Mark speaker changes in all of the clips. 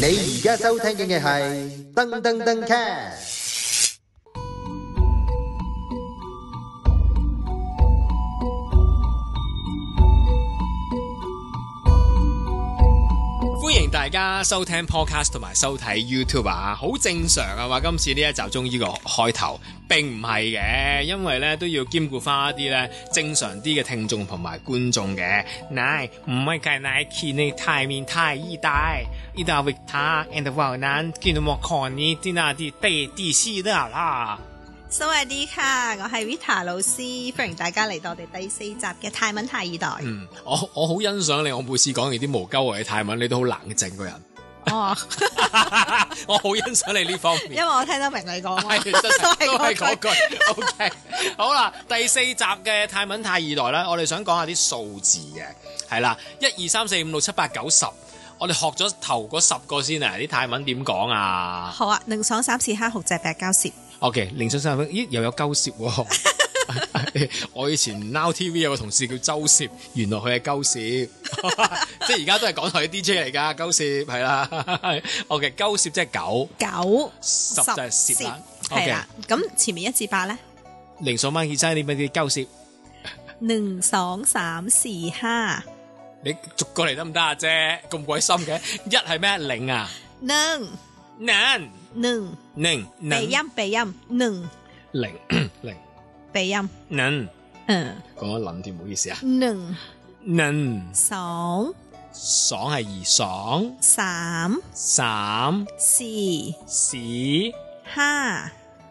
Speaker 1: 你而家收聽嘅係噔噔噔 cast。
Speaker 2: 欢迎大家收听 podcast 同埋收睇 YouTube 啊，好正常啊嘛。今次呢一集中呢個開頭並唔係嘅，因為咧都要兼顧翻一啲咧正常啲嘅聽眾同埋觀眾嘅。奶唔係計奶見你太面太意大，意大維他 and 華南見到莫看呢啲那啲地地西的啦。
Speaker 3: s o 啲卡，我係 Vita 老師，歡迎大家嚟到我哋第四集嘅泰文泰二代。
Speaker 2: 嗯，我我好欣賞你，我每次講完啲無鳩或者泰文，你都好冷靜個人，
Speaker 3: 哦，
Speaker 2: 我好欣賞你呢方面
Speaker 3: 因。為我聽得明你講啊，
Speaker 2: 系，真 係都係嗰
Speaker 3: 句。
Speaker 2: 句。OK，好啦，第四集嘅泰文泰二代咧，我哋想講下啲數字嘅，係啦，一二三四五六七八九十，我哋學咗頭嗰十個先啊，啲泰文點講 啊
Speaker 3: 好啊，寧爽三次蝦豪隻白交涉，
Speaker 2: ？OK，零上三分，咦又有鳩舌喎。我以前 Now TV 有個同事叫周攝，原來佢係鳩攝， 即係而家都係港台嘅 DJ 嚟㗎，鳩攝係啦。OK，鳩攝即係九，
Speaker 3: 九
Speaker 2: 十就係攝啦。
Speaker 3: 係
Speaker 2: OK，
Speaker 3: 啦。咁前面一至八咧，
Speaker 2: 零上萬二三點乜叫鳩攝？
Speaker 3: 寧爽三次蝦，
Speaker 2: 你逐個嚟得唔得啊？啫，咁鬼深嘅，一係咩零啊？
Speaker 3: 寧
Speaker 2: 零
Speaker 3: 寧
Speaker 2: 零
Speaker 3: 鼻
Speaker 2: 零
Speaker 3: 音鼻音寧
Speaker 2: 零 零
Speaker 3: 鼻音，
Speaker 2: 零，
Speaker 3: 嗯
Speaker 2: 講一諗添，唔好意思啊。
Speaker 3: 寧
Speaker 2: 零
Speaker 3: 爽
Speaker 2: 爽係二爽，
Speaker 3: 三
Speaker 2: 三
Speaker 3: 次
Speaker 2: 屎
Speaker 3: 蝦。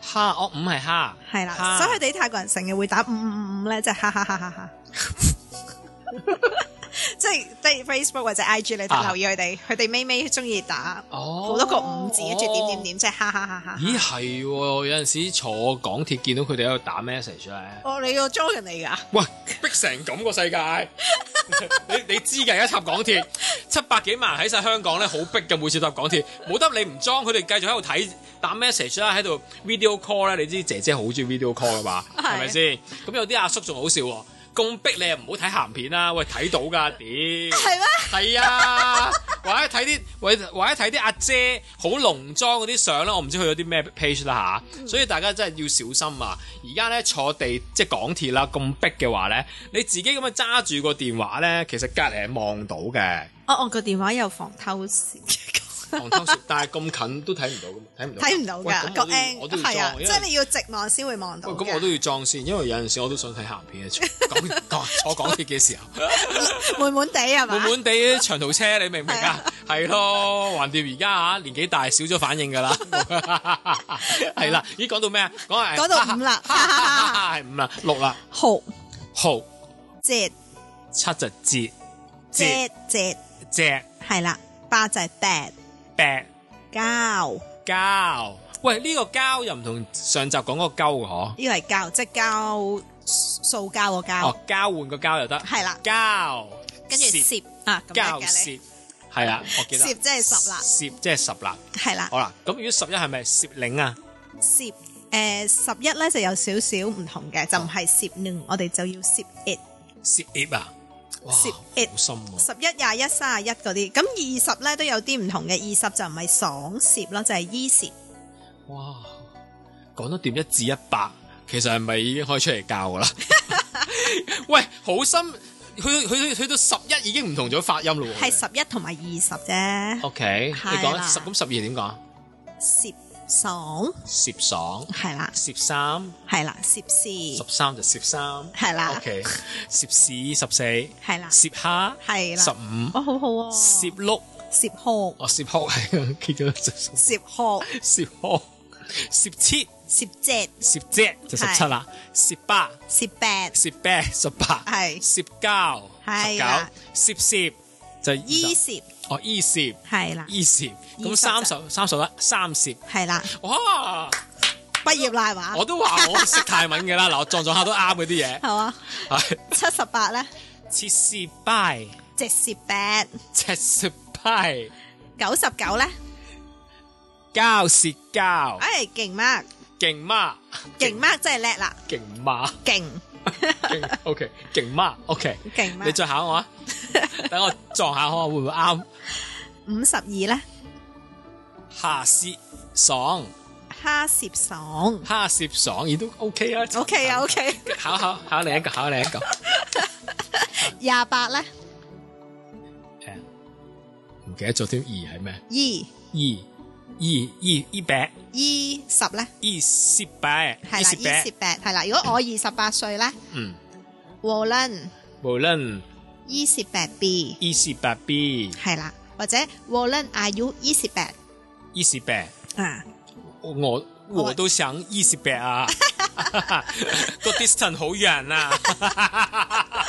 Speaker 2: 蝦，哦五係蝦，
Speaker 3: 系啦，
Speaker 2: 蝦
Speaker 3: 所以佢哋泰國人成日會打五五五五咧，即係哈哈哈哈哈。 即係即係 Facebook 或者 IG，你
Speaker 2: 啊
Speaker 3: 睇留意佢哋，佢哋尾尾中意打
Speaker 2: 哦
Speaker 3: 好多個五字，跟住點點
Speaker 2: 點。
Speaker 3: 點，即係哈哈哈哈。
Speaker 2: 咦係喎，有陣時坐港鐵見到佢哋喺度打 message 咧，
Speaker 3: 哦，你個 j o 人嚟㗎？
Speaker 2: 喂逼成咁個世界， 你你知㗎，而家搭港鐵七百幾萬喺晒香港咧，好逼嘅。每次搭港鐵，冇得你唔裝，佢哋繼續喺度睇打 message 啦，喺度 video call 咧。你知姐姐好中意 video call 噶嘛，
Speaker 3: 係
Speaker 2: 係咪先？咁有啲阿叔仲好笑喎，咁逼你又唔好睇鹹片啦，喂睇到㗎，屌！
Speaker 3: 係咩？
Speaker 2: 係啊，或者睇啲，或者或者睇啲阿姐好濃妝嗰啲相啦，我唔知去咗啲咩 page 啦吓，所以大家真係要小心啊！而家咧坐地即係港鐵啦，咁逼嘅話咧，你自己咁樣揸住個電話咧，其實隔離係望到嘅，
Speaker 3: 哦，我個電話有防偷 視，
Speaker 2: 防偷攝，哦 但係咁近都睇唔到，睇唔到，
Speaker 3: 睇唔到
Speaker 2: 喂
Speaker 3: 㗎個
Speaker 2: 咁
Speaker 3: N
Speaker 2: 我都要我都
Speaker 3: 係
Speaker 2: 要
Speaker 3: 啊，
Speaker 2: 裝，
Speaker 3: 即
Speaker 2: 因
Speaker 3: 係
Speaker 2: 為
Speaker 3: 你要直望先會望到
Speaker 2: 喂
Speaker 3: 嘅。
Speaker 2: 咁我都要裝先，因為有陣時我都想睇鹹片嘅，講講坐港鐵嘅時候。
Speaker 3: 悶悶地係嘛
Speaker 2: 滿？滿地長途車，你明唔明啊？ 係咯，橫掂而家嚇啊年紀大，少咗反應 㗎啦。係啦，咦講到咩啊？講係
Speaker 3: 講到五啦
Speaker 2: 係五啦，六啦，
Speaker 3: 豪
Speaker 2: 號
Speaker 3: 隻
Speaker 2: 七就節節
Speaker 3: 隻隻
Speaker 2: 隻
Speaker 3: 係啦，八就係白
Speaker 2: 病
Speaker 3: 膠，
Speaker 2: 交。喂，呢個交又唔同上集講嗰個交嘅嗬。
Speaker 3: 呢個係膠，即係膠塑膠個膠
Speaker 2: 哦。，交換個交又得，
Speaker 3: 係啦
Speaker 2: 交
Speaker 3: 跟住
Speaker 2: 攝
Speaker 3: 攝啊，咁
Speaker 2: 交
Speaker 3: 樣嘅你
Speaker 2: 攝係啦，我記得
Speaker 3: 攝即係十啦
Speaker 2: 攝哦即係十啦。
Speaker 3: 係啦
Speaker 2: 好，啦，咁如果十一係咪攝領啊？
Speaker 3: 攝誒十一咧就有少少唔同嘅，就唔
Speaker 2: 哦
Speaker 3: 係攝零，我哋就要攝 it。
Speaker 2: 涉獵啊，哇，
Speaker 3: 涉獵
Speaker 2: 好深啊喎、
Speaker 3: 十一、廿一、三十一嗰啲，咁二十咧都有啲唔同嘅，二十就唔係爽攝咯，就係衣攝。
Speaker 2: 哇，講得掂一至一百，其實係咪已經可以出嚟教 噶啦？喂，好深，去去去到十一已經唔同咗發音咯喎。
Speaker 3: 係十一同埋二十啫，
Speaker 2: O K，你
Speaker 3: 係
Speaker 2: 講
Speaker 3: 啦
Speaker 2: 十咁十二點講？
Speaker 3: 攝爽
Speaker 2: 攝爽，
Speaker 3: 係啦，
Speaker 2: 攝三，
Speaker 3: 係啦，攝
Speaker 2: 十
Speaker 3: 事
Speaker 2: 三就攝三。
Speaker 3: 係啦
Speaker 2: O K，攝屎十四，
Speaker 3: 係啦，
Speaker 2: 攝蝦
Speaker 3: 係啦
Speaker 2: 十五，
Speaker 3: 哦好好喎，
Speaker 2: 攝碌，
Speaker 3: 攝殼
Speaker 2: 哦攝殼係啊，記咗攝
Speaker 3: 攝殼
Speaker 2: 攝殼，攝切，
Speaker 3: 攝隻
Speaker 2: 攝隻就十七啦，攝八。
Speaker 3: 攝病
Speaker 2: 攝啤十八，
Speaker 3: 係
Speaker 2: 攝膠十
Speaker 3: 係
Speaker 2: 九
Speaker 3: 啦，
Speaker 2: 攝攝就
Speaker 3: 衣
Speaker 2: 二十，
Speaker 3: 攝
Speaker 2: 哦衣攝
Speaker 3: 係啦，
Speaker 2: 衣攝，咁
Speaker 3: 二十啊
Speaker 2: 三十三十啦，三攝，
Speaker 3: 係啦，
Speaker 2: 哇！
Speaker 3: 畢業啦係嘛？
Speaker 2: 我都話我識泰文嘅啦，嗱我撞撞下都啱 嗰啲嘢，
Speaker 3: 係嘛？
Speaker 2: 係
Speaker 3: 七十八咧，
Speaker 2: 切攝拜，
Speaker 3: 直攝八；
Speaker 2: 切攝拜，
Speaker 3: 九十九咧，
Speaker 2: 膠攝膠，
Speaker 3: 哎，勁 mark，
Speaker 2: 勁媽，
Speaker 3: 勁 mark 真係叻啦，
Speaker 2: 勁媽，
Speaker 3: 勁
Speaker 2: 勁 OK，勁媽 OK，
Speaker 3: 勁
Speaker 2: 你
Speaker 3: mark。
Speaker 2: 再考我啊，等我撞下我會唔會啱？
Speaker 3: 五十二咧，
Speaker 2: 下舌爽，
Speaker 3: 蝦涉爽。
Speaker 2: 下舌爽，亦都 OK 啊。
Speaker 3: OK 啊，OK。
Speaker 2: 考考考你一個，考你一個。
Speaker 3: 廿八咧，
Speaker 2: 誒唔記得咗添，二係咩？
Speaker 3: 二
Speaker 2: 二二二二百
Speaker 3: 二十咧，
Speaker 2: 二，E 十百
Speaker 3: 係
Speaker 2: 二
Speaker 3: 啦，
Speaker 2: 十
Speaker 3: 二 E
Speaker 2: 百
Speaker 3: 十，八係啦。如果我二十八歲咧，
Speaker 2: 嗯，
Speaker 3: 無論
Speaker 2: 無論
Speaker 3: 二十八 B
Speaker 2: 二十八 B
Speaker 3: 係啦，或者無論 are you 二十八
Speaker 2: 二十百，
Speaker 3: 啊，
Speaker 2: 我我都想二十百 啊， 個 distance 好遠啊。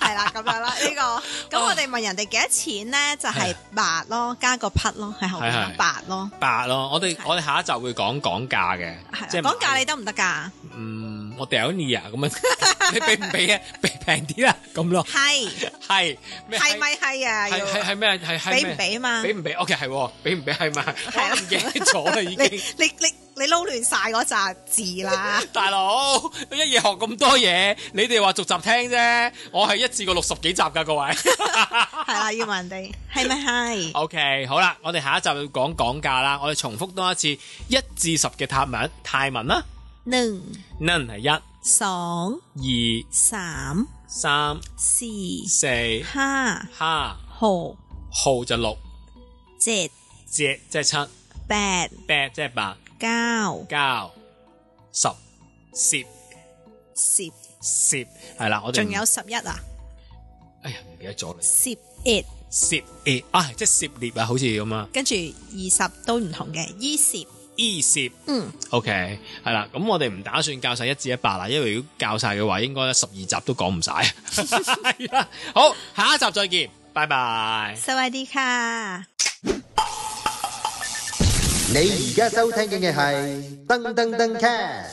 Speaker 3: 係啦咁樣啦。呢個咁我哋問人哋幾多錢咧，就係八咯，加個匹咯，喺後
Speaker 2: 係係
Speaker 3: 面八咯。
Speaker 2: 白咯，我哋
Speaker 3: 係
Speaker 2: 我哋下一集會講講價嘅，
Speaker 3: 係啊
Speaker 2: 即係
Speaker 3: 講價
Speaker 2: 買
Speaker 3: 你得唔得㗎？
Speaker 2: 嗯，我掉你啊咁樣， 你俾唔俾啊？俾平啲啦，咁咯，
Speaker 3: 係
Speaker 2: 係咩？
Speaker 3: 係咪係啊？
Speaker 2: 係
Speaker 3: 要
Speaker 2: 係係咩？係係
Speaker 3: 俾
Speaker 2: 咩
Speaker 3: 唔俾嘛？
Speaker 2: 俾唔俾？OK 係喎，俾唔俾係嘛？
Speaker 3: 啊
Speaker 2: 我唔記得咗啦已
Speaker 3: 你
Speaker 2: 經，
Speaker 3: 你你你撈亂晒嗰扎字啦。
Speaker 2: 大佬一夜學咁多嘢，你哋話逐集聽啫，我係一次過六十幾集㗎各位。
Speaker 3: 系啦，要問人哋係咪係？
Speaker 2: OK，好啦，我哋下一集要講講價啦，我哋重複多一次一至十嘅泰文泰文啦，
Speaker 3: หนึ่ง
Speaker 2: 能係
Speaker 3: สอง
Speaker 2: 一、二、
Speaker 3: สาม
Speaker 2: 三、
Speaker 3: สี่
Speaker 2: 四、
Speaker 3: ห้า
Speaker 2: 哈。
Speaker 3: หก
Speaker 2: 號就六，
Speaker 3: เจ็ด
Speaker 2: 隻即係七，
Speaker 3: แปด
Speaker 2: 八即係八，
Speaker 3: เก้า
Speaker 2: 九十，攝
Speaker 3: สิบ
Speaker 2: 攝係啦，我哋唔
Speaker 3: 仲有11啊？
Speaker 2: 哎呀唔記得咗啦，
Speaker 3: 11
Speaker 2: 攝獵啊即係攝獵啊，好似咁啊，
Speaker 3: 跟住20都唔同嘅20，E
Speaker 2: 依攝
Speaker 3: 嗯
Speaker 2: OK 係啦，咁我哋唔打算教晒一至一百啦，因為如果教晒嘅話，應該十二集都講唔晒。 係啦，好，下一集再見，拜拜。
Speaker 3: สวัสดีค่ะ
Speaker 1: 你而家收聽嘅係噔噔噔 c a